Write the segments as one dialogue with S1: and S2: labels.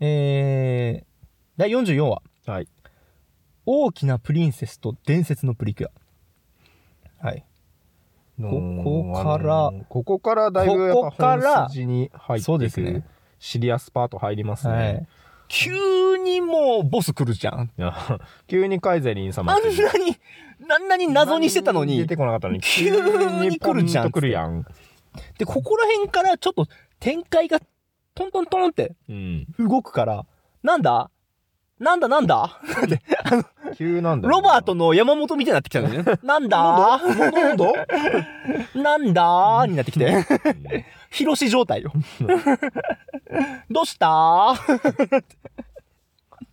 S1: えー、第44話。
S2: はい。
S1: 大きなプリンセスと伝説のプリキュア。はい。ここから
S2: あのここからだいぶや
S1: ここ
S2: っ
S1: か
S2: ぱ
S1: ら
S2: 本筋に入ってくる
S1: そうですね
S2: シリアスパート入ります
S1: は
S2: ね
S1: い。急にもうボス来るじゃん。
S2: いや 急にカイゼリン様
S1: あんなに、あんなに謎にしてたのに。
S2: 出てこなかったのに
S1: 急に来るじゃん
S2: 急にポンと来るやん、
S1: で、ここら辺からちょっと展開がトントントンって
S2: うん、
S1: 動くから、なんだなんだなんだ
S2: 急なんだよ
S1: ロバートの山本みたいになってきたのね。なんだ
S2: なんだ
S1: なんだになってきて。広し状態よ。どうした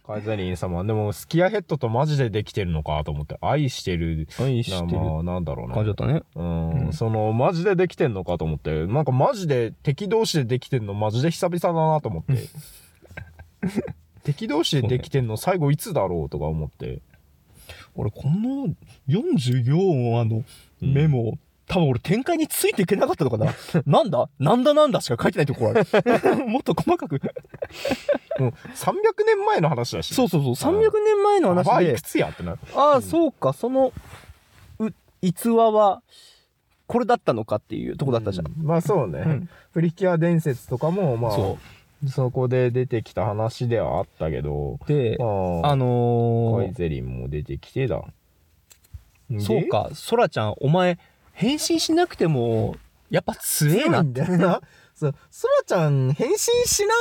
S2: カイゼリン様でもスキアヘッドとマジでできてるのかと思って愛してる
S1: 愛
S2: なまあなんだろうな
S1: 感じだったね。
S2: うん、
S1: うん
S2: そのマジでできてんのかと思ってなんかマジで敵同士でできてんのマジで久々だなと思って 敵同士でできてんの最後いつだろうとか思って
S1: 俺、この44話の
S2: うん
S1: メモ、多分俺展開についていけなかったのかな。 なんだなんだなんだしか書いてないとこある。 もっと細か く。
S2: もう300年前の話だし
S1: そうそうそう。300年前の
S2: や
S1: 話
S2: ばい
S1: で
S2: く。つやってなる
S1: あ
S2: う
S1: あ、
S2: ん
S1: そうか、その、う、逸話は、これだったのかっていうとこだったじゃん。
S2: うんまあそうね、
S1: うん
S2: プリキュア伝説とかもまあ
S1: そ
S2: そこで出てきた話ではあったけど
S1: う。で、
S2: ま
S1: あ
S2: あ
S1: の
S2: カ
S1: ー
S2: イゼリンも出てきてだで
S1: そうか、ソラちゃん、お前、変身しなくても、やっぱ強え
S2: 強。
S1: ない
S2: んだよな。そう、そらちゃん、変身しな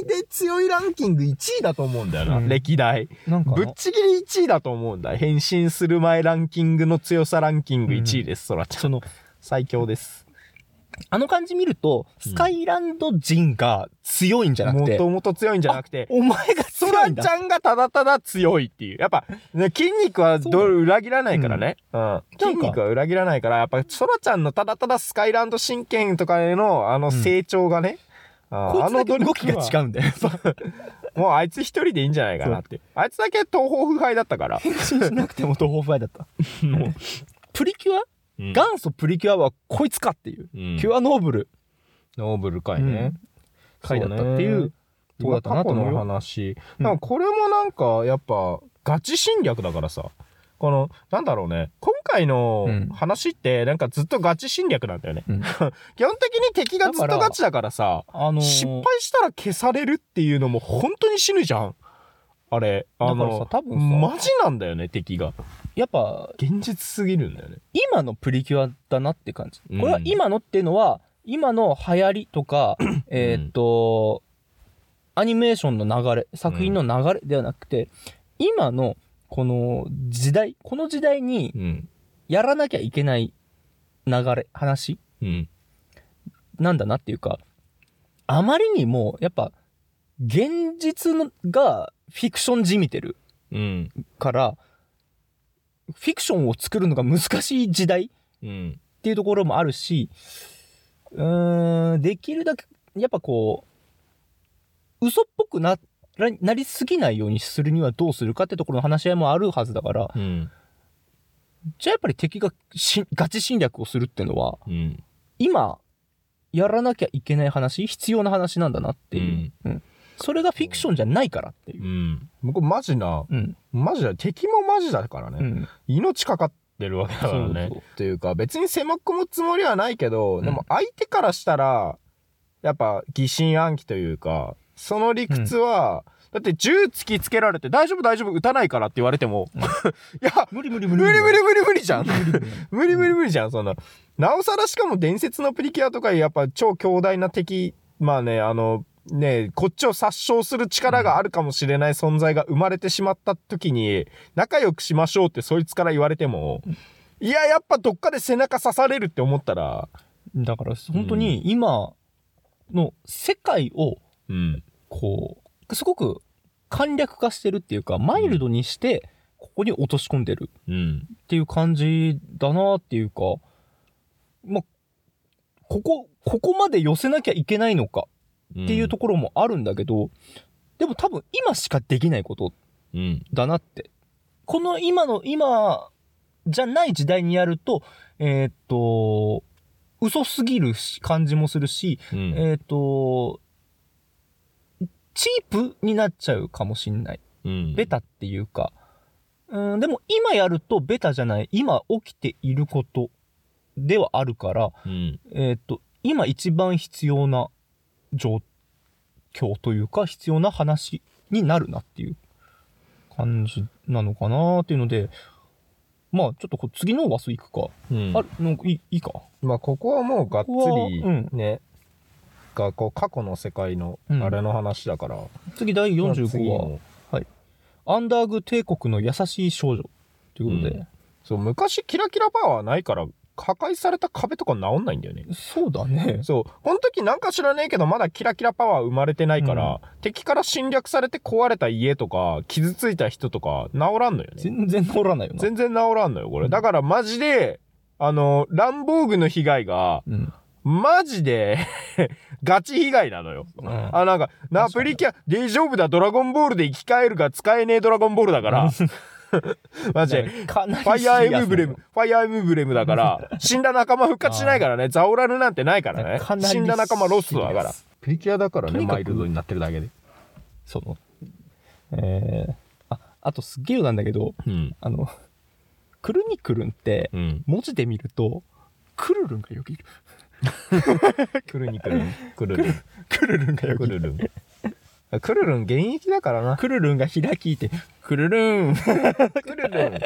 S2: いで強いランキング1位だと思うんだよな。
S1: うん
S2: 歴代。
S1: なんか
S2: ぶっちぎり1位だと思うんだ。変身する前ランキングの強さランキング1位です、そらちゃん。
S1: その、
S2: 最強です。
S1: あの感じ見ると、スカイランド人が強いんじゃなく
S2: も
S1: て、
S2: ともと強いんじゃなくて。
S1: お前が
S2: そ
S1: 強い
S2: ら
S1: んだ。
S2: ちゃんがただただ強いっていう。やっぱ、ね筋肉はどれ裏切らないからね。うん。筋肉は裏切らないから、やっぱ、そらちゃんのただただスカイランド神剣とかへの、あの成長がね。あ
S1: こいつだ
S2: の
S1: け動きが違うん だよ。
S2: もうあいつ一人でいいんじゃないかなって。あいつだけ東方腐敗だった から。
S1: 変身しなくても東方不敗だった。
S2: もう、
S1: プリキュア
S2: ガン、
S1: 元祖プリキュアはこいつかっていう。キュアノーブル。
S2: ノーブル会ね。
S1: 回だったっていうとこだったな
S2: 過
S1: と
S2: 去
S1: 思うよ
S2: の話。
S1: うん
S2: なんかこれもなんか、やっぱ、ガチ侵略だからさ。この、なんだろうね。今回の
S1: うん
S2: 話って、なんかずっとガチ侵略なんだよね。
S1: うん
S2: 基本的に敵がずっとガチだからさ、
S1: あのー
S2: 失敗したら消されるっていうのも本当に死ぬじゃん。あれ。あ
S1: だからさ
S2: の、
S1: 多分さ
S2: マジなんだよね、敵が。
S1: やっぱ
S2: 現実すぎるんだよね。
S1: 今のプリキュアだなって感じ、
S2: うん
S1: これは今のっていうのは今の流行りとかえーっと、アニメーションの流れ作品の流れではなくて、今のこの時代この時代に
S2: うん。
S1: やらなきゃいけない流れ話
S2: うん。
S1: なんだなっていうかあまりにもやっぱ現実のがフィクションじみてる
S2: うん。
S1: からフィクションを作るのが難しい時代
S2: うん。
S1: っていうところもあるしうーんできるだけやっぱこう嘘っぽくならなりすぎないようにするにはどうするかってところの話し合いもあるはずだから
S2: うん。
S1: じゃあやっぱり敵がしガチ侵略をするっていうのは
S2: うん。
S1: 今やらなきゃいけない話必要な話なんだなっていう、うんそれがフィクションじゃないからっていう
S2: う。ん。向こうマジな、
S1: うん
S2: マジだ、敵もマジだからね。
S1: うん
S2: 命かかってるわけだからね。
S1: そうそう
S2: というか、別に狭くもつもりはないけど、
S1: うん
S2: でも相手からしたら、やっぱ疑心暗鬼というか、その理屈は、だって銃突きつけられて、大丈夫大丈夫撃たないからって言われても、いや、
S1: 無理無理無
S2: 無
S1: 理
S2: 理無理無理無理じゃん。
S1: 無理無理
S2: 無理無理無理じゃん、そんな。なおさらしかも伝説のプリキュアとかやっぱ超強大な敵、まあね、あの、ね、こっちを殺傷する力があるかもしれない存在が生まれてしまった時に、仲良くしましょうってそいつから言われても、いや、やっぱどっかで背中刺されるって思ったら、
S1: だから本当に今の世界を
S2: うん。
S1: こう、すごく簡略化してるっていうか、マイルドにして、ここに落とし込んでる
S2: うん。
S1: っていう感じだなっていうか、まあ、ここ、ここまで寄せなきゃいけないのか
S2: っ
S1: っていうところもあるんだけど、でも多分今しかできないこと
S2: うん。
S1: だなって。この今の、今じゃない時代にやると、えーっと、嘘すぎるし感じもするし、
S2: うん。
S1: えっ、と、チープになっちゃうかもしんない。
S3: うん
S1: ベタっていうか、うん、でも今やるとベタじゃない今起きていることではあるから、
S3: うん
S1: えーっと今一番必要な状況というか必要な話になるなっていう感じなのかなっていうのでまあちょっとこう次の話数いくか、
S3: うん
S1: あなんかいいいいか
S2: まあここはもうがっつ
S1: ここは
S2: り
S1: うん
S2: ね、がこう過去の世界の
S1: うん
S2: あれの話だから、
S1: 次第45
S2: 次
S1: 話
S2: も
S1: 「アンダーグ帝国の優しい少女」ということで、
S2: そう昔キラキラパワーないから破壊された壁とか治んないんだよね
S1: そうだね
S2: そうこの時なんか知らねえけどまだキラキラパワー生まれてないから、敵から侵略されて壊れた家とか傷ついた人とか治らんのよね
S1: 全然治らないよな、
S2: 全然治らんのよこ
S1: う
S2: れ
S1: ん
S2: だからマジであの乱暴具の被害が
S1: うん
S2: マジで ガチ被害なのよ
S1: うん
S2: あなんかな
S1: 確か
S2: プ
S1: に
S2: リキュア大丈夫だドラゴンボールで生き返るが使えねえドラゴンボールだから マジで
S1: かなり
S2: ファイアーエムブレム
S1: シリアスな、
S2: ファイアーエムブレムだから、死んだ仲間復活しないから ね、ザオラルなんてないからね
S1: か、なり
S2: 死んだ仲間ロストだから。プリキュアだから
S1: ねマイルド
S2: になってるだけで。
S1: そのえー、ああとすっげえ余談だけど
S3: うん
S1: あのクルニクルンって
S3: うん
S1: 文字で見るとクルルンがよぎる
S2: クルニクルン、クルルン、
S1: クルルンがよ
S2: ク
S1: ぎる
S2: ルルン。クルルン現役だからな。
S1: クルルンが開きってクルルン
S2: クルルン。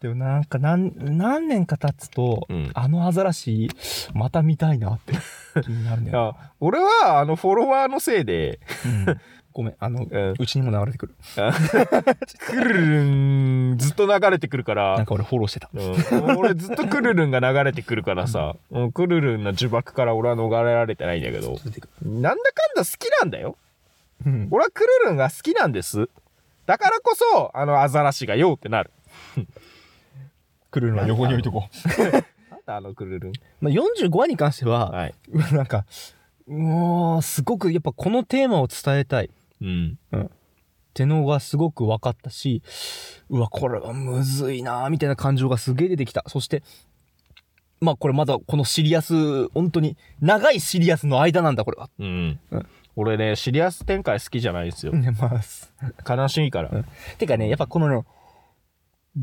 S1: でもなんか何何年か経つと、
S3: うん
S1: あのアザラシまた見たいなって気にな るんだ
S2: い
S1: よ、
S2: や俺は、あの、フォロワーのせいで、
S1: うんごめんあの、う
S2: うん
S1: ちにも流れてくる
S2: クルルンずっと流れてくるか
S1: な
S2: ら
S1: ん、か俺フォローしてた
S2: うん俺ずっとクルルンが流れてくるからさ、うんクルルンの呪縛から俺は逃れられてないんだけど、
S1: 出てく
S2: なんだかんだ好きなんだよ。
S1: る、うん
S2: 俺はクルルンが好きなんですだからこそあのアザラシがようってなる
S1: クルルンは横に置いとこう
S2: なんだあのクルルン
S1: まあ、45話に関しては、
S2: はいう
S1: わなんかもうすごくやっぱこのテーマを伝えたいっ
S3: うん
S1: てのがすごく分かったしうわこれはむずいなーみたいな感情がすげえ出てきたそしてまあこれまだこのシリアス本当に長いシリアスの間なんだこれは。
S3: うん
S2: 俺ねシリアス展開好きじゃないんですよ
S1: ねます。
S2: 悲しいから、
S1: んてかねやっぱこのね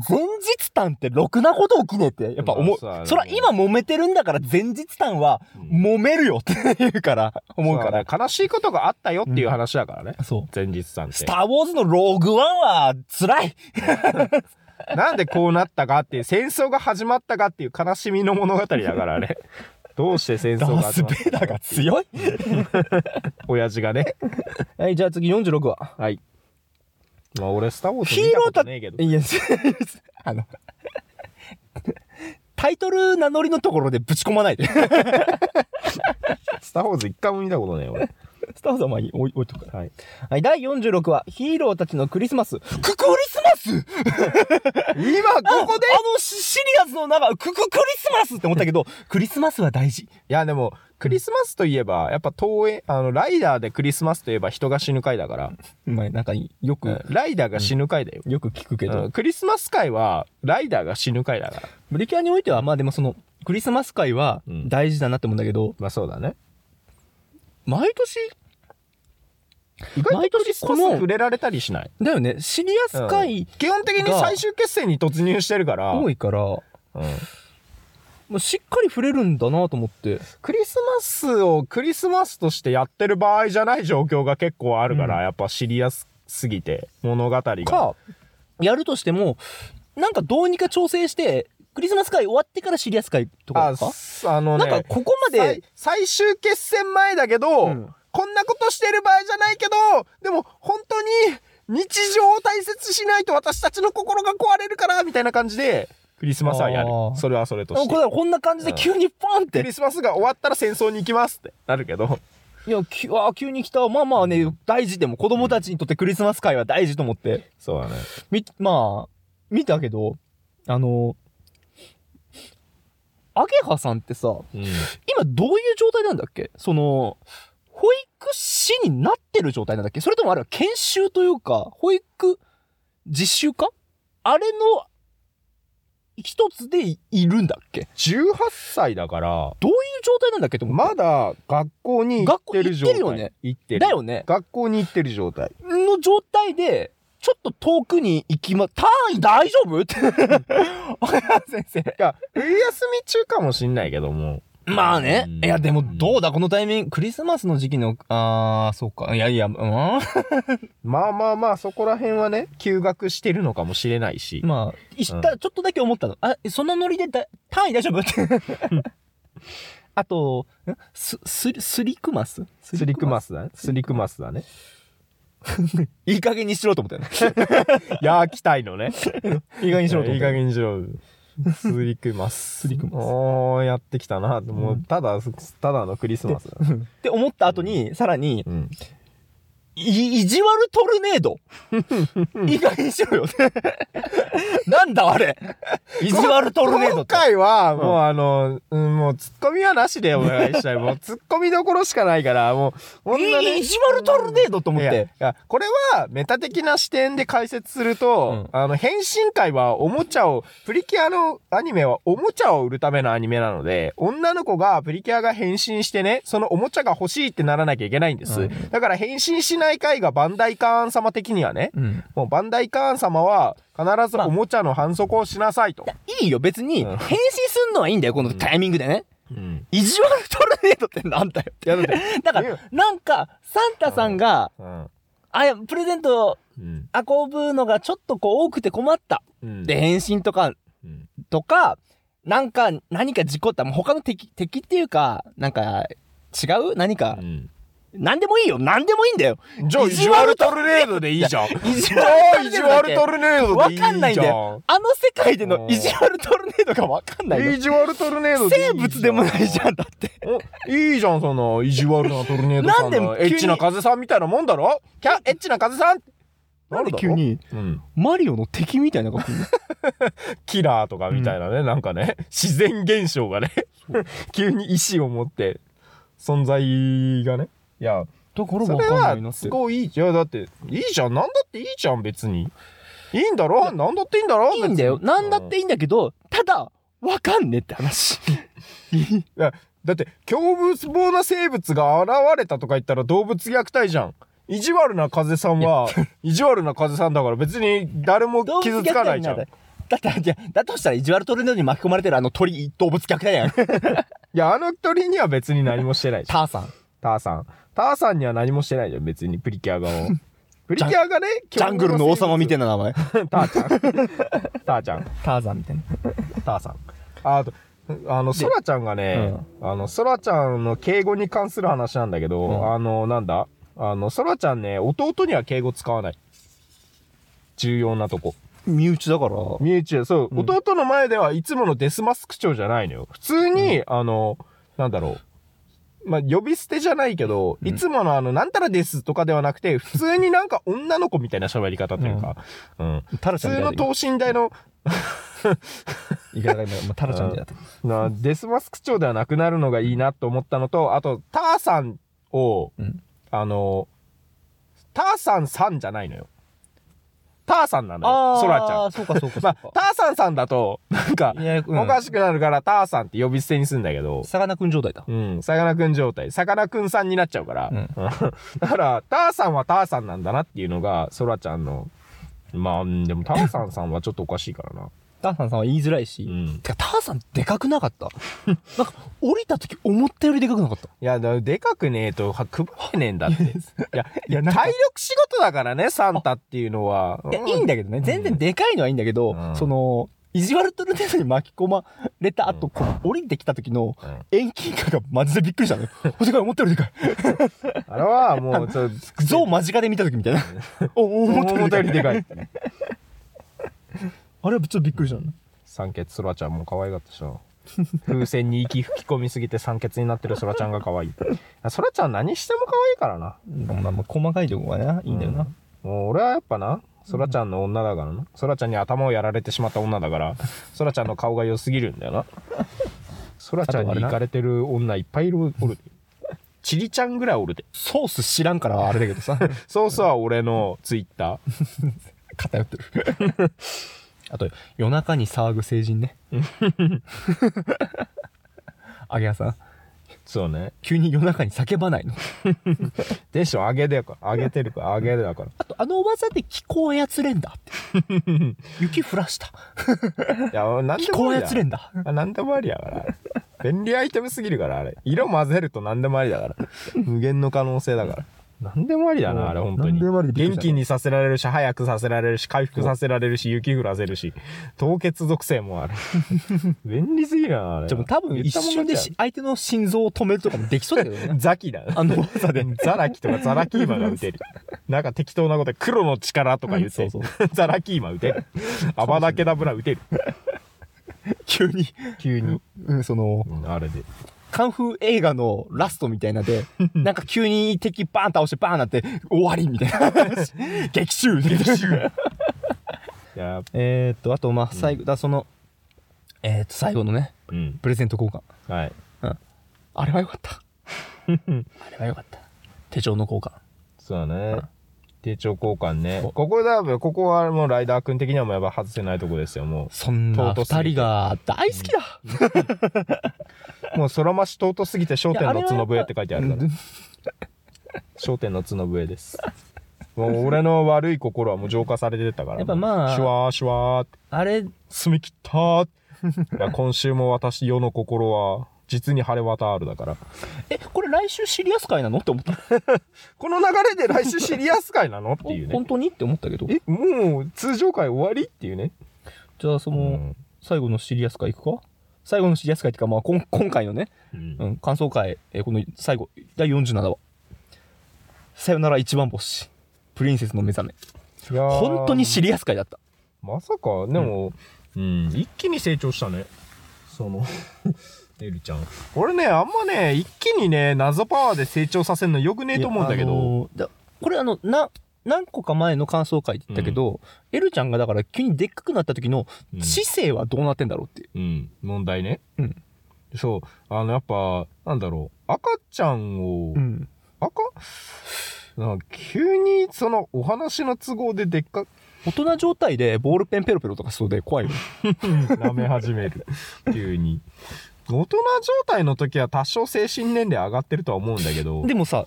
S1: 前日談ってろくなこと起きねえってやっぱ思う、
S2: まあそう
S1: そら今揉めてるんだから前日談は揉めるよって言う から思う
S2: 思う
S1: か
S2: からら悲しいことがあったよっていう話だからね、
S1: そう
S2: 前日さんっ
S1: ス
S2: て
S1: ター・ウォーズのローグワンは辛い
S2: なんでこうなったかっていう戦争が始まったかっていう悲しみの物語だから ねどうして戦
S1: ダ
S2: 争が
S1: ース・
S2: 始ま
S1: ベ
S2: った
S1: イダーが強い
S2: 親父がね
S1: はい、じゃあ次46話。
S2: はいまあ俺スター・ウォーズ
S1: ヒ
S2: 見
S1: ー
S2: た
S1: ロ
S2: こ
S1: ーた
S2: とねえけど
S1: いや、 あの、 タイトル名乗りのところでぶち込まない で。
S2: スター・ウォーズ一回も見たことねえ俺
S1: スターズはまあいい置い置いとくから。
S2: はい
S1: はい、第46話、ヒーローたちのクリスマス。ククリスマス
S2: 今ここで
S1: ああのシシリアスの中、クククリスマスって思ったけ ど、クリスマスは大事。
S2: いやでもクリスマスといえばやっぱ東映あのライダーでクリスマスといえば人が死ぬ回だから、
S1: お前、なんかよく、
S2: ライダーが死ぬ回だよ、
S1: よく聞くけど、
S2: うんクリスマス回はライダーが死ぬ回だから
S1: ブリキュアにおいては、まあでもその、クリスマス会は
S3: うん
S1: 大事だなって思うんだけど、
S2: まあそうだね
S1: 毎年
S2: 意外
S1: 毎
S2: と
S1: 年
S2: クリスマス
S1: この
S2: 触れられたりしない、
S1: だよねシリアス会
S2: 基本的に最終決戦に突入してるから、
S1: 多いから、も
S2: うん
S1: うしっかり触れるんだなと思って
S2: クリスマスをクリスマスとしてやってる場合じゃない状況が結構あるから、
S1: うん
S2: やっぱシリアスすぎて物語が
S1: かやるとしてもなんかどうにか調整してクリスマス会終わってからシリアス会とか
S2: あ
S1: ですか
S2: すあの
S1: な
S2: ね
S1: んかここまで
S2: 最最終決戦前だけど、
S1: うん
S2: こんなことしてる場合じゃないけどでも本当に日常を大切にしないと私たちの心が壊れるからみたいな感じでクリスマスはやる
S1: あー
S2: それはそれとし
S1: こ
S2: て
S1: れはこんな感じで急にパンっ
S2: ク
S1: て
S2: リ、スマスが終わったら戦争に行きますってなるけど
S1: いやきあ急に来たまあまあね大事でも子供たちにとってクリスマス会は大事と思って
S2: そうだね
S1: みまあ見たけどあのアゲハさんってさ、
S3: うん
S1: 今どういう状態なんだっけその保育士になってる状態なんだっけそれともあれは研修というか保育実習かあれの一つでいるんだっけ
S2: 18歳だから、
S1: どういう状態なんだっけと思って、
S2: まだ学校に行ってる状
S1: 学校行って
S2: 態。
S1: るよね
S2: 行ってる
S1: だよね
S2: 学校に行ってる状態。
S1: の状態でちょっと遠くに行きま単位大丈夫って 先生
S2: いや、冬休み中かもしんないけども。
S1: まあね
S2: うん
S1: いやでもどうだこのタイミングクリスマスの時期のあーそうかいやいやうん
S2: まあまあまあ、そこら辺はね、休学してるのかもしれないし。
S1: まあ、いしたちょっとだけ思ったの。あ、そのノリでだ単位大丈夫って。 あと、んす、す、スリクマス
S2: スリクマ
S1: ス。
S2: スだね。スリクマスだね。
S1: いい加減にしろと思ったよね。
S2: いやー、来たいのね。
S1: いい加減にしろと思
S2: いい
S1: った
S2: 加
S1: よね。
S2: 減にしろ。スリクマス。
S1: スリクマス
S2: おー、やってきたな。も
S1: うん
S2: う、ただ、ただのクリスマスだ。
S1: って思った後に、さらに、
S2: うん。
S1: い、意地悪トルネード。いい加減にしろよって。なんだあれ。意地悪トルネードって。
S2: 今回は、
S1: ん
S2: もうあの、うんもうツッコミはなしでお願いしたい。もうツッコミどころしかないから、もう、こんなね
S1: い意地悪トルネードと思っ
S2: いや
S1: て
S2: い。やこれはメタ的な視点で解説すると、
S1: う
S2: あの変身会はおもちゃをプリキュアのアニメはおもちゃを売るためのアニメなので女の子がプリキュアが変身してねそのおもちゃが欲しいってならなきゃいけないんです、
S1: うん
S2: だから変身しない回がバンダイカーン様的にはね
S1: うん。
S2: もうバンダイカーン様は必ず
S1: まあ
S2: おもちゃの反則をしなさいと、
S1: いいよ、別に。
S2: う
S1: 変
S2: ん
S1: 身すんのはいいんだよ、このタイミングでね。
S2: うん
S1: 意地悪トルネードってなんだよって。
S2: いやだって
S1: だから、なんか、サンタさんが、
S2: うん
S1: あ、いやプレゼント
S2: うん
S1: 運ぶのがちょっとこう多くて困った。
S2: うん
S1: で、返信とか、
S2: うん
S1: とか、なんか、何か事故った。もう他の敵、敵っていうか、なんか、違う何か
S2: う、ん
S1: 何でもいいよ。何でもいいんだよ。
S2: じゃあ意地悪トルネードでいいじゃん
S1: 意地
S2: じゃあ意地
S1: ル
S2: 悪
S1: ネード
S2: ト
S1: だ
S2: ルネードでいいじゃ
S1: わ
S2: ん
S1: かんないんだよあの世界での意地悪トルネードがわかんないの
S2: イ。ジュアルトルネード
S1: 生物でもないじゃ
S2: ん
S1: んだって。
S2: おいいじゃんそのイジュアルなトルネードさん
S1: なん
S2: の
S1: で急
S2: エ
S1: に
S2: ッチな風さんみたいなもんだろキャエッチな風さん
S1: なんで急に、
S2: うん、
S1: マリオの敵みたいな格好に
S2: キラーとかみたいなね、なんかね自然現象がね 急に意志を持って存在がねいや
S1: ところ
S2: そ
S1: がわ
S2: れ
S1: かんないな
S2: は
S1: っ
S2: す
S1: て。
S2: ごいいいいやだっていいじゃんなんだっていいじゃん別にいいんだろなんだっていいんだろ
S1: いいんだよ。
S2: 別に
S1: なんだっていいんだけど、ただ、わかんねえって話。
S2: だって凶暴な生物が現れたとか言ったら動物虐待じゃん意地悪な風さんは 意地悪な風さんだから別に誰も
S1: 動物
S2: 傷つ
S1: 虐
S2: かな
S1: 待
S2: い
S1: に
S2: じゃ
S1: なん
S2: い
S1: だよだって、いや、だとしたら、意地悪トレンドに巻き込まれてるあの鳥、動物虐待やん。タ
S2: やあの鳥には別に何もしてないじゃん
S1: ーさん。
S2: ターさんターさんには何もしてないじゃん別にプリキュ ア側をプリキュアがね
S1: ジャングルの王様みたい
S2: な
S1: な名前。
S2: ターちゃんターちゃん
S1: ターザンみたいな。
S2: ターさんああとあのソラちゃんがね、あのソラちゃんの敬語に関する話なんだけど、
S1: うん
S2: あのなんだあのソラちゃんね弟には敬語使わない重要なとこ
S1: 身内だから。
S2: 身内そう、
S1: うん
S2: 弟の前ではいつものデスマスク調じゃないのよ普通に、あのなんだろうまあ、呼び捨てじゃないけど、
S1: うん
S2: いつものあの、なんたらですとかではなくて、普通になんか女の子みたいな喋り方というか、うん。
S1: タラ
S2: 普
S1: ちゃん
S2: 通
S1: みた
S2: の
S1: いな。
S2: 等身大の
S1: いかが今、まあタラちゃんみたいだった。
S2: なデスマスク調ではなくなるのがいいなと思ったのと、あと、ターさんを、
S1: うん
S2: あの、ターさんさんじゃないのよ。ターさんなのよ、ソラちゃん。
S1: ん。そうかそうか
S2: ま
S1: そ
S2: あ、ターさんさんだと、なんか
S1: うか。、いや、
S2: おかしくなるから、ターさんって呼び捨てにするんだけど、
S1: さかなクン状態だ。
S2: うん、さかなクン状態。さかなクンさんになっちゃうから、
S1: うん
S2: だから、ターさんはターさんなんだなっていうのが、ソラちゃんの、まあ、うんでもターさんさんはちょっとおかしいからな。
S1: ターザンさんは言いづらいうし。
S2: ん。
S1: てか、ターザンでかくなかったなんか、降りた時思ったよりでかくなかった。
S2: いや、だでかくねえと、は配れねえんだって。いや、
S1: いや、なんか
S2: 体力仕事だからね、サンタっていうのは。
S1: いや、いいんだけどね。全然でかいのはいいんだけど、
S2: うん
S1: その、意地悪トルネードに巻き込まれた後、
S2: うん
S1: こう降りてきた時の
S2: うん
S1: 遠近感がマジでびっくりしたの よ。おでかい、思ったよりでかい。
S2: あれはもう、ちょっと、
S1: 象間近で見た時み たいな。おお、思ったよ
S2: 思
S1: り
S2: った
S1: で
S2: よ
S1: か
S2: り
S1: い。
S2: でかい。
S1: あれはちょっとびっくりしたの。
S2: 酸欠そらちゃんも可愛かったしな風船に息吹き込みすぎて酸欠になってるそらちゃんが可愛いあそらちゃん何しても可愛いからな
S1: まあまあ、細かいとこがね、いいんだよな。
S2: もう俺はやっぱなそらちゃんの女だからなそらちゃんに頭をやられてしまった女だからそらちゃんの顔が良すぎるん だよなそらちゃんに行かれてる女いっぱいいるおるでちりちゃんぐらいおるで
S1: ソース知らんからあれだけどさ、
S2: そうそう俺のツイッター
S1: 偏ってる。 あと夜中に騒ぐ成人 ねあげやさん
S2: そうね
S1: 急に夜中に叫ばないの
S2: テンション上げでやから上げてるから上げでだから
S1: あとあの技で気候操れんだって雪降らした
S2: いや何
S1: 気
S2: でも
S1: 候
S2: ありだ
S1: 操れんだ
S2: あ 何でもありやから便利アイテムすぎるからあれ色混ぜると何でもありだから無限の可能性だから何でもありだなあれ本当
S1: 何
S2: に
S1: でもありでびっくり
S2: 元
S1: した
S2: 気にさせられるし早くさせられるし回復させられるし雪降らせるし凍結属 性もある便利すぎるなあれ
S1: でも多分一瞬でし相手の心臓を止めるとかもできそうだけどね
S2: ザキだ
S1: あの技で
S2: ザラキとかザラキーマが打てるなんか適当なことで黒の力とか言って、
S1: そう
S2: ザラキーマ打てるアバダケダブラ打てる
S1: 急に、
S2: 急に、
S1: うん、その
S2: うんあれで
S1: カンフー映画のラストみたいな でなんか急に敵バーン倒してバーンなって終わりみたい な激臭激臭
S2: いや
S1: えーっとあとまあ最後、だそのえーっと最後のね
S2: うん
S1: プレゼント交換
S2: はい
S1: あれはよかった あれはよかった手帳の交換
S2: そうだね
S1: ん
S2: 手帳交換ね
S1: そう
S2: ここだよここはもうライダー君的にはもうやっぱ外せないとこですよも
S1: そんな
S2: 尊すぎ
S1: 2
S2: て
S1: 人が大好きだ、
S2: うもう空増し尊すぎて『焦点の角笛』って書いてあるから
S1: うん
S2: 『焦点の角笛』 ですもう俺の悪い心はもう浄化されてたから
S1: やっぱまあ
S2: シュワーシュワーって
S1: あれ
S2: 澄み切ったー いや今週も私世の心は実に晴れ渡るだから
S1: えこれ来週シリアス会なのって思った、
S2: この流れで来週シリアス会なのっていうね
S1: 本当にって思ったけど
S2: えもう通常会終わりっていうね
S1: じゃあその、
S2: うん
S1: 最後のシリアス会いくか最後のシリアス会っていうか、まあ、こん今回のね、
S2: うん
S1: うん、感想会、えーこの最後第47話「さよなら一番星プリンセスの目覚め」
S2: いやー
S1: 本当にシリアス会だった
S2: まさかでも、うん一気に成長したねそ のエルちゃん俺ねあんまね一気にね謎パワーで成長させるのよくねえと思うんだけど、
S1: いやあのーだこれあのな何個か前の感想会で言ったけど、エルちゃんがだから急にでっかくなった時の
S2: うん
S1: 知性はどうなってんだろうっていう、
S2: うん、問題ね、
S1: うん
S2: そうあのやっぱなんだろう赤ちゃんを、
S1: うん
S2: 赤なんか急にそのお話の都合ででっか く
S1: 大人状態でボールペンペロペロとかしそうで怖いよね
S2: 舐め始める急に大人状態の時は多少精神年齢上がってるとは思うんだけど
S1: でもさ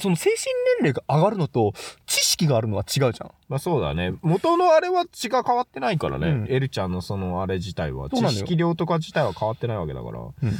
S1: その精神年齢が上がるのと知識があるのは違うじゃん
S2: まあそうだね元のあれは血が変わってないからね、
S1: うん
S2: エルちゃんのそのあれ自体は
S1: そうな
S2: 知
S1: のよ
S2: 識量とか自体は変わってないわけだから、うん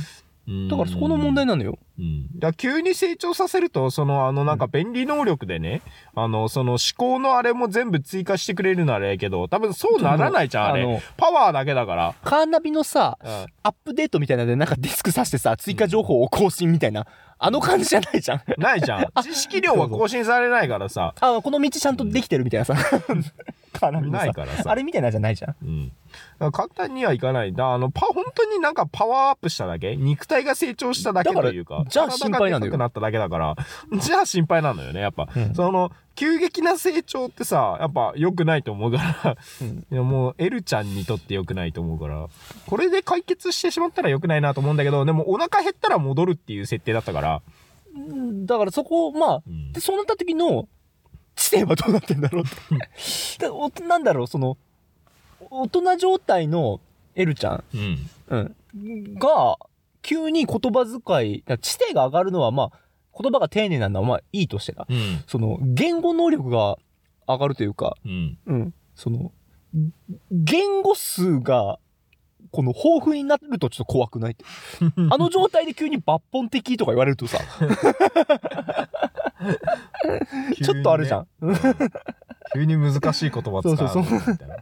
S1: だからそこの問題なのよ
S2: うん、だから急に成長させるとそのあのなんか便利能力でね、あのその思考のあれも全部追加してくれるならええけど多分そうならないじゃんあ
S1: あ
S2: れ
S1: の
S2: パワーだけだから、
S1: カーナビのさ
S2: うん
S1: アップデートみたいなのでなんかディスクさしてさ追加情報を更新みたいなあの感じじゃないじ ゃん
S2: ないじ ゃん知識量は更新されないからさ
S1: あこの道ちゃんとできてるみたいなさ カーナビの
S2: ない
S1: さ
S2: からさ
S1: あれみたいなのじゃないじゃん
S2: うん、だから簡単にはいかないだあのパ本当になんかパワーアップしただけ肉体が成長しただけ
S1: だか
S2: と
S1: ら
S2: いうか
S1: じゃあ
S2: 体
S1: 心配なのよ
S2: がでかくなっただけだから じゃあ心配なのよねやっぱ、
S1: うん
S2: その急激な成長ってさやっぱ良くないと思うから、
S1: うん
S2: いやもうエルちゃんにとって良くないと思うからこれで解決してしまったら良くないなと思うんだけどでもお腹減ったら戻るっていう設定だったから、
S1: うんだからそこをまあ
S2: うん
S1: でそうなった時の知性はどうなってんだろうってだおなんだろうその大人状態のエルちゃん
S2: うん
S1: うん、が急に言葉遣いだから知性が上がるのはまあ言葉が丁寧なのはまあいいとしてだ
S2: うん
S1: その言語能力が上がるというか、
S2: うん
S1: うん、そのん言語数がこの豊富になるとちょっと怖くないってあの状態で急に抜本的とか言われるとさ ちょっとあるじゃん、
S2: 急にね急に難しい言葉使うの
S1: そうそう
S2: みたいな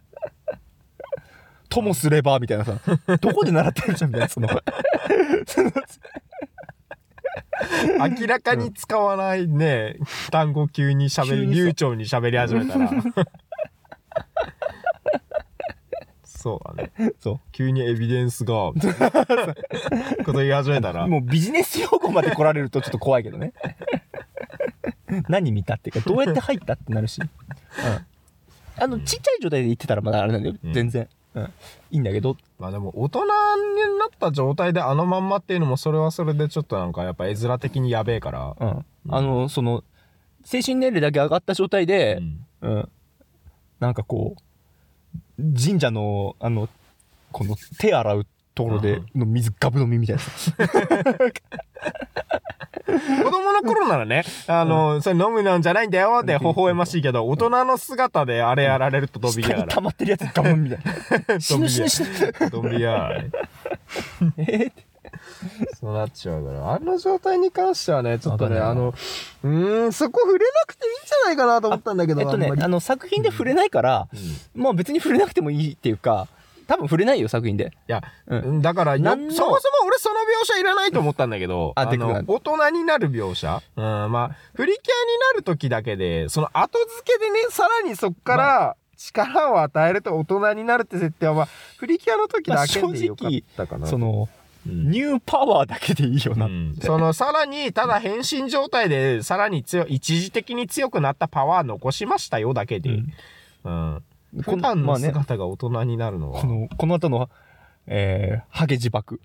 S1: ともすればみたい なさどこで習ってるじゃんみたいなそのその
S2: 明らかに使わないね、単語急に喋
S1: 急に
S2: り
S1: そう
S2: 流暢に喋り始め たらそうだね
S1: そ
S2: 急にエビデン スがみたいなこと言い始めたら
S1: うもうビジネス用語まで来られるとちょっと怖いけどね 何見たっていうかどうやって入ったってなるし、うん、あのちっちゃい状態で言ってたらまだあれなんだよ、
S2: うん
S1: 全然、うん、いいんだけど
S2: まあでも大人になった状態であのまんまっていうのもそれはそれでちょっとなんかやっぱ絵面的にやべえから、
S1: うん、あのその精神年齢だけ上がった状態で、
S2: うん
S1: うんなんかこう神社の、あの、この手洗うところでの水ガブ飲みみたいな。
S2: 子供の頃ならね、あの、それ飲むなんじゃないんだよって微笑ましいけど、大人の姿であれやられるとドビ
S1: 下
S2: や
S1: に
S2: ら
S1: 溜。まってるやつガブンみたい な。死ぬ死ぬ死ぬ。
S2: ドビや。
S1: えーって
S2: そうなっちゃうから。あの状態に関してはね、ちょっとね、
S1: わか
S2: あ
S1: んない
S2: の、うーん、そこ触れなくていいんじゃないかなと思ったんだけど、
S1: えっと
S2: あ
S1: ね
S2: んま、り
S1: あの作品で触れないから、
S2: うんい
S1: まあ別に触れなくてもいいっていうか、多分触れないよ、作品で。
S2: や、
S1: う
S2: うんだからよ、そ
S1: な
S2: も
S1: んの
S2: そも俺その描写いらないと思ったんだけど、
S1: あ
S2: あ
S1: で
S2: の
S1: なん
S2: 大人になる描写。うん、まあ、プリキュアになる時だけで、その後付けでね、さらにそっから力を与えると大人になるって設定は、まあ、プリキュアの時だけでよかったかな。
S1: その、
S2: うん
S1: ニューパワーだけでいいよな。
S2: うんそのさらにただ変身状態でさらに強い一時的に強くなったパワー残しましたよだけで、うん
S1: こ
S2: 普段
S1: ま
S2: の
S1: あね、
S2: 姿が大人になるのは、
S1: この、この後の、えー、ハゲ自爆。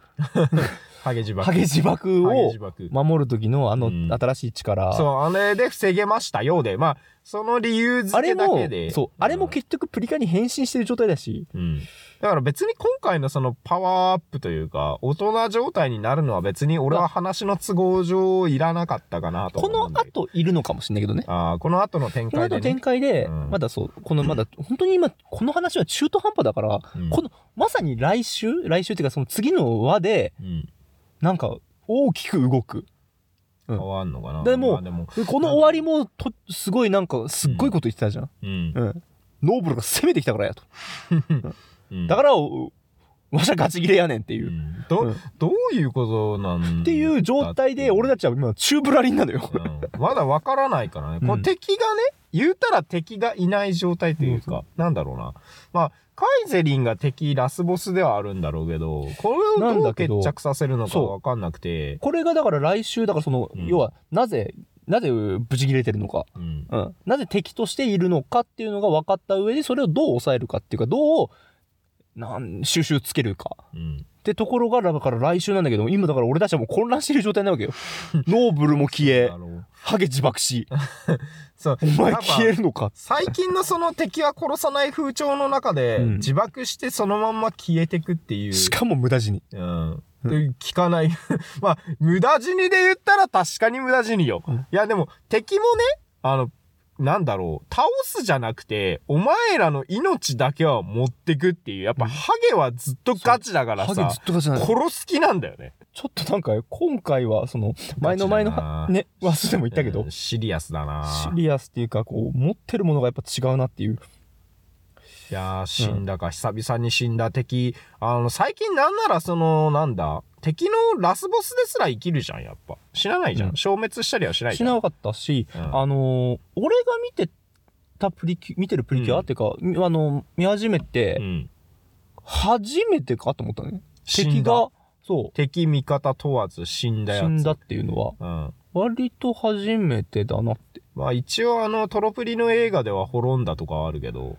S2: ハゲ自爆
S1: ハゲ自爆
S2: ハゲ
S1: を
S2: 自爆
S1: 守る時のあの
S2: うん
S1: 新しい力。
S2: そうあれで防げましたよでまあその理由
S1: あ
S2: 付
S1: れ
S2: けだ
S1: も
S2: けで、
S1: そう、あれも
S2: うん
S1: 結局プリカに変身してる状態だし、
S2: うんだから別に今回のそのパワーアップというか大人状態になるのは別に俺は話の都合上いらなかったかなと
S1: こ
S2: 思
S1: の
S2: うんだけど
S1: 後いるのかもしれないけどね。
S2: あーこの後の展
S1: この
S2: 開で、
S1: 後
S2: ね
S1: 展、開で、
S2: うん
S1: まだそう、このまだ、本当に今、この話は中途半端だから、
S2: うん
S1: この、まさに来週、来週っていうかその次の話で、
S2: うん
S1: なんか大きく動く。
S2: 変わんのかな
S1: でも
S2: まあでも
S1: でこの終わりもと、すごいなんか、すっごいこと言ってたじゃん。
S2: うん
S1: う。ん。ノーブルが攻めてきたからやと。
S2: うん
S1: だから、おわしゃガチ切れやねんっていうう。
S2: んど、
S1: うん
S2: どういうことなんだ
S1: っていう状態で、俺たちは今、宙ぶらりんなのよ。
S2: うんまだわからないからね。こ
S1: う
S2: うん敵がね、言うたら敵がいない状態というか、なんだろうな。まあ、カイゼリンが敵ラスボスではあるんだろうけど、これを
S1: なん
S2: どう
S1: だけ
S2: 決
S1: ど
S2: 着させるのか
S1: そう
S2: わかんなくて、
S1: これがだから来週、だからその、
S2: うん
S1: 要は、なぜ、なぜブチ切れてるのか。
S2: うん
S1: うん、なぜ敵としているのかっていうのが分かった上でそれをどう抑えるかっていうかどうなん収集つけるか
S2: うん
S1: ってところがだから来週なんだけど今だから俺たちはもう混乱してる状態な わけよノーブルも消え
S2: だろう
S1: ハゲ自爆 し
S2: そう
S1: お前
S2: やっぱ
S1: 消えるのか
S2: 最近のその敵は殺さない風潮の中で、
S1: うん
S2: 自爆してそのまんま消えてくっていう。
S1: しかも無駄死に
S2: うん。
S1: うん
S2: で聞かない。 まあ、無駄死にで言ったら確かに無駄死によ。
S1: うん
S2: いや、でも敵もね、あの、なんだろう、倒すじゃなくて、お前らの命だけは持ってくっていう、やっぱ
S1: うん
S2: ハゲはずっとガチだから
S1: ハゲ
S2: さ
S1: ずっ、と勝ちない
S2: 殺す気なんだよね。
S1: ちょっとなんか今回はその前の前の
S2: ガチだな
S1: ね忘れも言ったけど
S2: うんシリアスだな
S1: シリアスっていうかこう持ってるものがやっぱ違うなっていう
S2: いやー、死んだか、久々に死んだ敵。あの、最近なんならその、なんだ、敵のラスボスですら生きるじゃん、やっぱ。死なないじゃん。
S1: うん
S2: 消滅したりはしない
S1: し
S2: じゃん。
S1: なかったし
S2: うん
S1: あのー俺が見てたプリキュ見てるプリキュア、
S2: うん
S1: っていうか、みあのー見始めて、
S2: うん
S1: 初めてかと思ったね
S2: 死
S1: 敵
S2: んだ
S1: がそ
S2: 敵味方問わず死ん
S1: う
S2: だやつ
S1: 死んだっていうのは
S2: うん
S1: 割と初めてだなって
S2: まあ一応あのトロプリの映画では滅んだとかはあるけど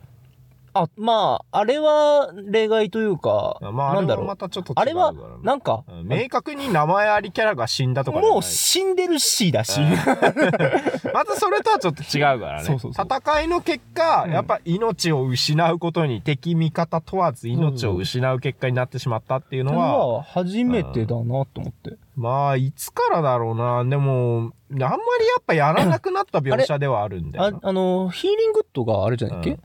S1: あまああれは例外というか
S2: まああ
S1: な
S2: れ
S1: んだ
S2: は
S1: ろう
S2: またちょっと違うか
S1: あ
S2: ら
S1: れ
S2: な
S1: はなんか、
S2: うん明確に名前ありキャラが死んだとかじゃない
S1: もう死んでるしだし、
S2: うんまたそれとはちょっと違うからね
S1: そうそうそう
S2: 戦いの結果、
S1: うん
S2: やっぱ命を失うことに敵味方問わず命を失う結果になってしまったっていう
S1: それ
S2: のは、
S1: は 初めてだなと思って、
S2: まあいつからだろうなでもあんまりやっぱやらなくなった描写ではあるんだよ
S1: あ
S2: な
S1: あのーヒーリングッドがあれじゃないっけ、
S2: うん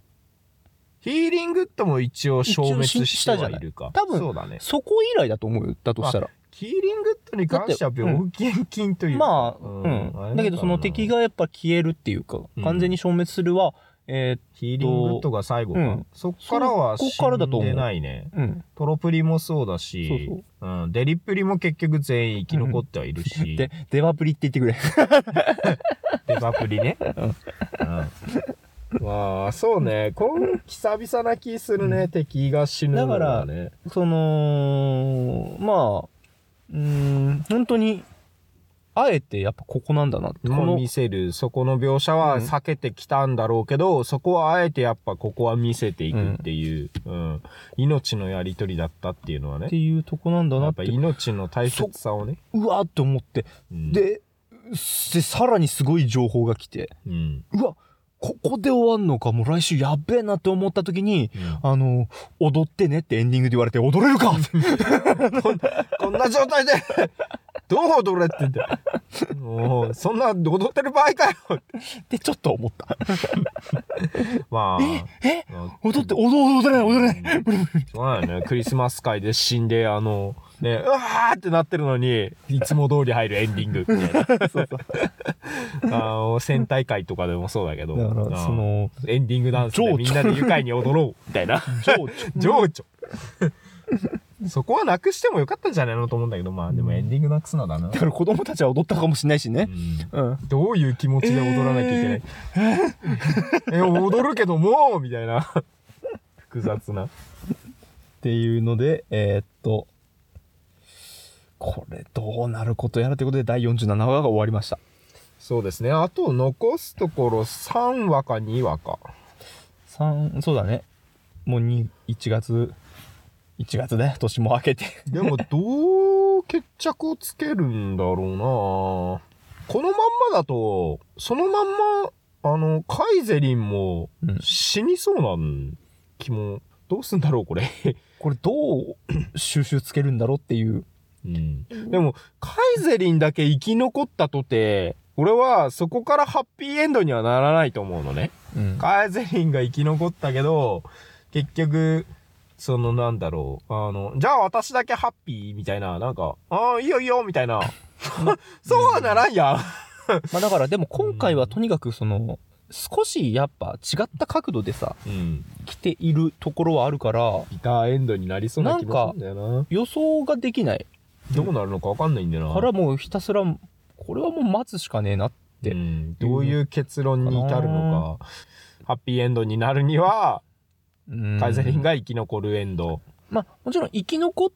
S2: ヒーリングッドも一応消滅
S1: 一応し
S2: してはいるか。
S1: したじゃない多分
S2: そうだね。
S1: そこ以来だと思うよだとしたら
S2: ヒーリングッドに関しては病原菌というか
S1: まあ、
S2: うん
S1: うん
S2: あれだからな
S1: だけどその敵がやっぱ消えるっていうか、
S2: うん
S1: 完全に消滅するは、え
S2: ヒーリングッドが最後か。
S1: うん
S2: そっからは
S1: そ
S2: 死
S1: こからだと
S2: ん
S1: 思う
S2: でないね。
S1: ーうん、
S2: トロプリもそうだし、
S1: そう
S2: うん、デリプリも結局全員生き残ってはいるし、
S1: で、デバプリって言ってくれ。
S2: デバプリね。うんまあそうね今久々な気するね、
S1: う
S2: 敵が死ぬのがね
S1: その、まあ、うーん、本当に、あえてやっぱここなんだなって。こ
S2: もう
S1: の
S2: 見、せるそこの描写は避けてきたんだろうけど、そこはあえてやっぱここは見せていくっていう、うん命のやり取りだったっていうのは
S1: って
S2: ね
S1: いうとこなんだ
S2: や
S1: な
S2: っ
S1: っ
S2: ぱ
S1: て。
S2: 命の大切さをね、
S1: うわーって思って。
S2: うん、
S1: で、で、さらにすごい情報が来て。
S2: うん、
S1: うわここで終わんのかもう来週やっべえなって思った時に
S2: うん
S1: あの踊ってねってエンディングで言われて踊れるか
S2: こんな状態でどう踊れってんだよもうそんな踊ってる場合かよ
S1: ってちょっと思った
S2: ま
S1: ええ
S2: あ
S1: 踊って踊踊れない踊れない
S2: うんそうだよねクリスマス会で死んであのねうわーってなってるのにいつも通り入るエンディングみたい なあの戦隊会とかでもそうだけど
S1: だか
S2: あ
S1: ら
S2: ー
S1: その
S2: エンディングダンス
S1: 情
S2: で
S1: 緒
S2: みんなで愉快に踊ろうみたいな 情緒そこはなくしてもよかったんじゃないのと思うんだけどまあでもエンディングなくすのだな
S1: だから子供たちは踊ったかもしれないしねうん
S2: どういう気持ちで踊らなきゃいけない、 え踊るけどもうみたいな複雑な
S1: っていうので、えーっと、これどうなることやらということで第47話が終わりました。
S2: そうですねあと残すところ3話か2話か
S1: 三そうだね。もう2、1月、1月だよ。 年も明けて。
S2: でもどう決着をつけるんだろうなこのまんまだとそのまんまあのカイゼリンも
S1: うん
S2: 死にそうな気もどうすんだろうこれ、
S1: これどう 収集つけるんだろうっていう。
S2: うん、でもカイゼリンだけ生き残ったとて俺はそこからハッピーエンドにはならないと思うのね
S1: うん
S2: カイゼリンが生き残ったけど、結局、そのなんだろう、あの、じゃあ私だけハッピーみたいな、なんか、ああ、いいよいいよみたいな。 そうはならんやん。
S1: まあだからでも今回はとにかくその、少しやっぱ違った角度でさ、
S2: うん。
S1: 来ているところはあるから、
S2: ビターエンドになりそうな気もするんだよな。
S1: 予想ができない
S2: どうなるのかわかんないんだよな。
S1: からもうひたすら、これはもう待つしかねえな。て
S2: うんどういう結論に至るのか。ハッピーエンドになるには、
S1: うん
S2: カイゼリンが生き残るエンド。
S1: まあ、もちろん生き残っ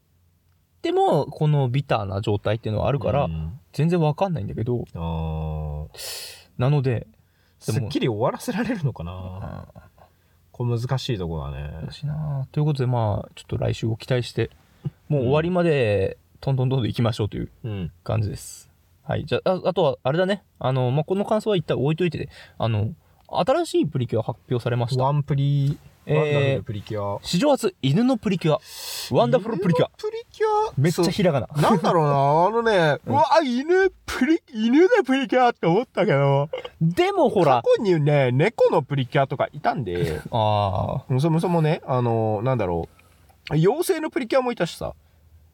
S1: ても、このビターな状態っていうのはあるから、
S2: うん
S1: 全然わかんないんだけど、
S2: あー
S1: なので、
S2: すっきり終わらせられるのかな。
S1: あ
S2: これ難しいとこだね
S1: ー。難しいなあということで、まあ、ちょっと来週を期待 して、もう終わりまで、トントントンと行きましょうという
S2: うん。
S1: 感じです。はい。じゃあ、ああとは、あれだね。あの、まあ、この感想は一旦置いといてで、あの、新しいプリキュア発表されました。
S2: ワンプリワンダフ
S1: え
S2: ル
S1: ー、
S2: プリキュア。
S1: 史上初、犬のプリキュア。ワンダフルプリキュア。
S2: 犬のプリキュア
S1: めっちゃ
S2: そう
S1: ひらがな。
S2: なんだろうな、あのね、
S1: う
S2: うんわ、犬、プリ、犬のプリキュアって思ったけど、
S1: でもほら
S2: 過、去にね、猫のプリキュアとかいたんで、
S1: あ
S2: そもそもね、あの、なんだろう、妖精のプリキュアもいたしさ、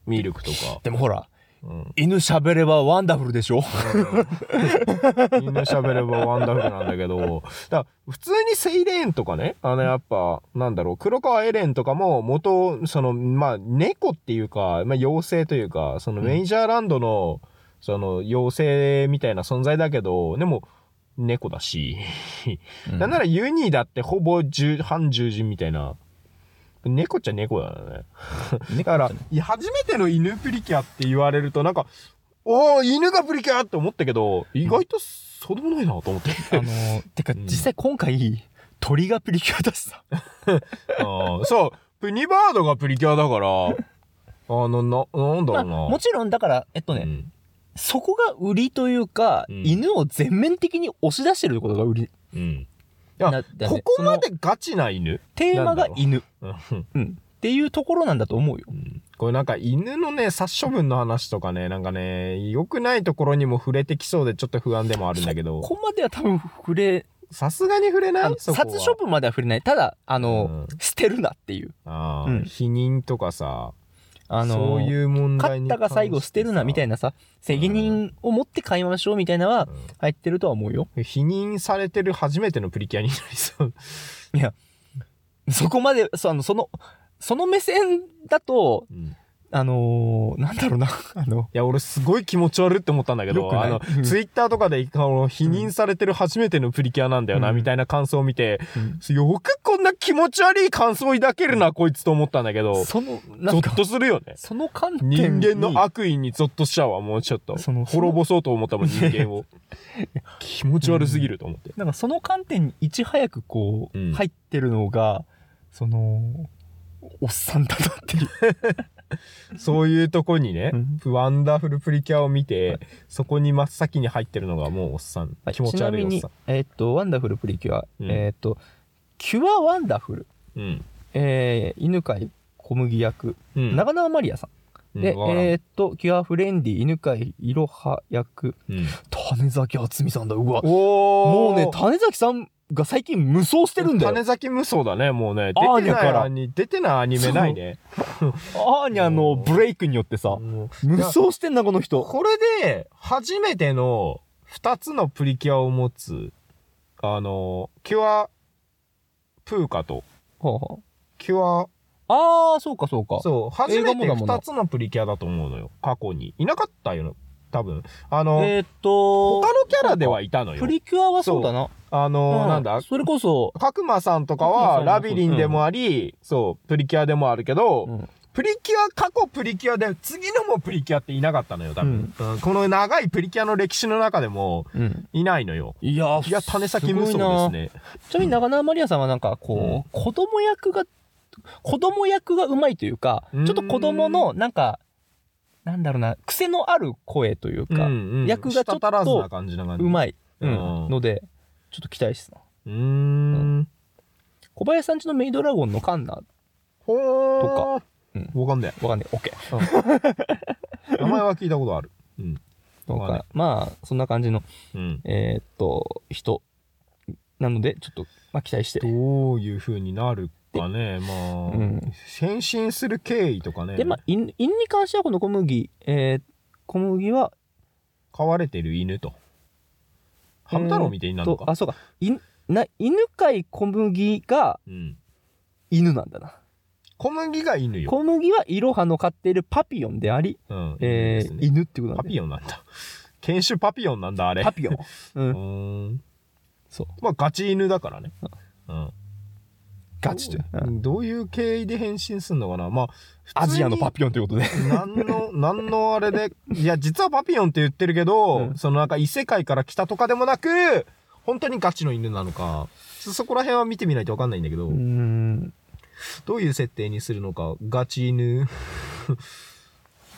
S2: ミルクとか
S1: ー。。でもほら、
S2: うん、
S1: 犬喋ればワンダフルでしょ
S2: みんな喋ればワンダフルなんだけど、だから普通にセイレーンとかね、あのやっぱ、なんだろう、黒川エレンとかも元、その、まあ、猫っていうか、まあ、妖精というか、その
S1: うん
S2: メイジャーランドの、その、妖精みたいな存在だけど、でも、猫だし、なんならユニーだってほぼ十、半獣人みたいな、猫っちゃ猫だよね。だから、い初めての犬プリキュアって言われると、なんか、おー、犬がプリキュアって思ったけど、意外とそうでもないなと思って。
S1: あのーてか
S2: うん
S1: 実際今回鳥がプリキュアだしさ
S2: あーそう、プニバードがプリキュアだ から、あの、な、なんだろうな。
S1: まあもちろんだからえっとね、
S2: うん
S1: そこが売りというか、
S2: うん
S1: 犬を全面的に押し出してることが売り
S2: うん
S1: な
S2: あ
S1: だね
S2: ここま
S1: その
S2: でガチな犬。
S1: テーマが犬
S2: うん
S1: うん、っていうところなんだと思うよ
S2: うんこれなんか犬のね、殺処分の話とかね、なんかね、良くないところにも触れてきそうでちょっと不安でもあるんだけど
S1: こ、こまでは多分触れ
S2: さすがに触れ
S1: あ
S2: ない
S1: の
S2: そこは
S1: 殺処分までは触れないただあの、
S2: うん
S1: 捨てるなっていう
S2: ああ、
S1: うん
S2: 否認とかさ、
S1: あの
S2: そういう問
S1: 勝
S2: 題に
S1: ったが最後捨てるなみたい
S2: な、
S1: なさ責任を持って買いましょうみたいなのは
S2: う
S1: 入ってるとは思うよ
S2: ん否認されてる初めてのプリキュアになりそう
S1: そこまでそうあのそのその目線だと
S2: い
S1: あのー、なんだろうな、あの、
S2: や俺すごい気持ち悪いって思ったんだけ
S1: よ
S2: ど
S1: くない
S2: あの
S1: うん
S2: ツイッターとかであの否認されてる初めてのプリキュアなんだよな、
S1: うん
S2: みたいな感想を見てよくこんな気持ち悪い感想を抱けるなこいつと思ったんだけどゾ
S1: その、なんか
S2: ッ、とするよね
S1: その観点に
S2: 人間の悪意にゾッとしちゃうわもうちょっと
S1: その
S2: 滅ぼそうと思ったもん人 間を気持ち悪すぎると思って、
S1: なんかその観点にいち早くこう、
S2: うん
S1: 入ってるのが、その、おっさんだなっていう。
S2: そういうとこにね
S1: うん、
S2: ワンダフルプリキュアを見て、そこに真っ先に入ってるのがもうおっさん
S1: は。い
S2: 気持ち悪い
S1: ちなみ
S2: おっ
S1: に
S2: さん。、
S1: えっと、ワンダフルプリキュア、
S2: うん
S1: えっと、キュアワンダフル、
S2: うん。
S1: えー、犬飼小麦役、
S2: うん。
S1: 長縄マリアさ。
S2: うんん
S1: で、
S2: わからん
S1: えっと、キュアフレンディ、犬飼いろは役、
S2: うん
S1: 種崎厚美さんだ、うわ。も
S2: お
S1: う
S2: ー
S1: ね、種崎さんが最近無双してるんだよ。
S2: 種崎無双だね、もうね。
S1: アー
S2: 出
S1: ニャ
S2: てな
S1: か
S2: い
S1: ら
S2: アニ出てないアニメないね。
S1: アーニャのブレイクによってさ、
S2: もう
S1: 無双してんな、この人。
S2: これで、初めての2つのプリキュアを持つ、あの、キュア、プーカと、
S1: は
S2: キュア、
S1: あ、あー、そうか、そうか。
S2: そう、初め
S1: 映画も
S2: て
S1: だもんな
S2: 2つのプリキュアだと思うのよ。過去に。いなかったよ、多分。あの、
S1: えっと、
S2: 他のキャラではいたのよ
S1: プ。リキュアはそうだな。
S2: あの、
S1: う
S2: なんだ、
S1: それこそ、
S2: 角間さんとかは、
S1: 角間さ
S2: ラ
S1: んもそう
S2: ビリンでもあり、そう、プリキュアでもあるけど、
S1: うん
S2: プリキュア、過去プリキュアで、次のもプリキュアっていなかったのよ、多分。うんこの長いプリキュアの歴史の中でも、
S1: うん
S2: いないのよ。
S1: いやー
S2: いや、種先無
S1: ごい
S2: 双
S1: な
S2: ですね。
S1: ちなみに長縄マリアさんはなんかこう、子供役が子供役がうまいというかち
S2: うー
S1: ょ
S2: ん
S1: っと子供のなんかなんだろうな癖のある声というか、う
S2: うんうん
S1: 役がちょっと
S2: 舌足らずな感じな感じ。い。
S1: まい、う
S2: うん
S1: ん、のでちょっと期待ですな
S2: うーん。
S1: 小林さんちのメイドラゴンのカンナ
S2: ほー。
S1: と
S2: うんわかんない。
S1: わかん ない OK
S2: 名前は聞いたことある。うん。
S1: と
S2: わかんない
S1: かまあそんな感じの
S2: うん。
S1: えーっと人なのでちょっと、まあ、期待して
S2: どういう風になるかね、まあ、
S1: うん
S2: 変身する経緯とかね、
S1: でまあ犬犬に関してはこの小麦、えー小麦は
S2: 飼われてる犬と。ハム太郎みたいになるの
S1: と
S2: か。
S1: あそうかいな犬飼小麦が
S2: うん。
S1: 犬なんだな
S2: 小麦が犬よ。
S1: 小麦はイロハの飼っているパピヨンであり、
S2: うん。
S1: えー
S2: 犬ですね
S1: 犬ってことなん
S2: パ
S1: だ
S2: ピオンなんだ。 犬種パピオンなんだ、あれ。
S1: パピヨン、う、
S2: うんーん。
S1: そう
S2: まあ、ガチ犬だからね。うん。
S1: ガチで、
S2: う
S1: うん
S2: んどういう経緯で変身するのかなまあ、
S1: アジアのパ
S2: ピ
S1: ピヨンってことで
S2: 何の、 何のあれで、いや、実はパピヨンって言ってるけど、
S1: うん
S2: そのなんか異世界から来たとかでもなく、本当にガチの犬なのか、そそこら辺は見てみないとわかんないんだけど、
S1: うーん
S2: どういう設定にするのか、ガチ犬、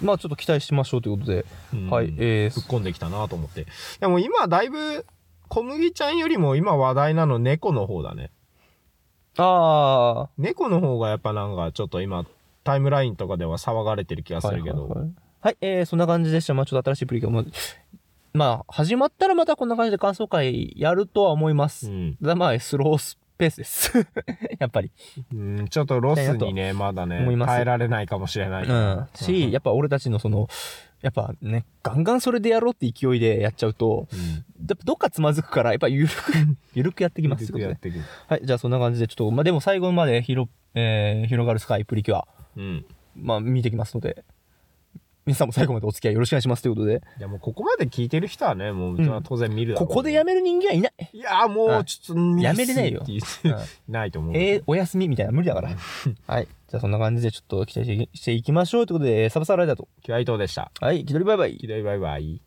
S1: まあちょっと期待しましょうということで、
S2: うん
S1: はいえー
S2: 突っ込んできたなと思って。いや、もう今だいぶ、小麦ちゃんよりも今話題なの猫の方だね。
S1: あ
S2: 猫の方がやっぱなんかちょっと今、タイムラインとかでは騒がれてる気が
S1: あ
S2: するけ
S1: は
S2: ど、
S1: い、はいはいはいえーそんな感じでしたまあちょっと新しいプリキュアもまあ始まったらまたこんな感じで感想会やるとは思います、
S2: うん
S1: ただまあスロースペースです やっぱり
S2: うん、ちょっとロスにね、まだね
S1: 思い、ます
S2: 耐えられないかもしれない。
S1: うん、し、やっぱ俺たちのその、やっぱね、ガンガンそれでやろうって勢いでやっちゃうと、
S2: うん
S1: やっぱどっかつまずくから、やっぱゆるく、ゆるくやってきますってこと
S2: やっ
S1: で。
S2: ていく。
S1: はい、じゃあそんな感じで、ちょっと、まあでも最後まで広、えー広がるスカイプリキュア、
S2: うん。
S1: まあ見てきますので、皆さんも最後までお付き合いよろしくお願いしますということで、
S2: いやもうここまで聞いてる人はね、もう
S1: うん
S2: 当然見るだろ
S1: こ
S2: う
S1: こでやめる人間はいない。
S2: いやも
S1: は
S2: う
S1: い
S2: ちょっと、
S1: やめれないよ
S2: って言って
S1: う
S2: ないと思う。
S1: えーお休みみたいな無理だから。はい、じゃあそんな感じでちょっと期待していきしていきましょうということで、サブサーライダーと。
S2: キュアイトーでした。
S1: はい、気取りバイバイ。
S2: ひどいバイバイ。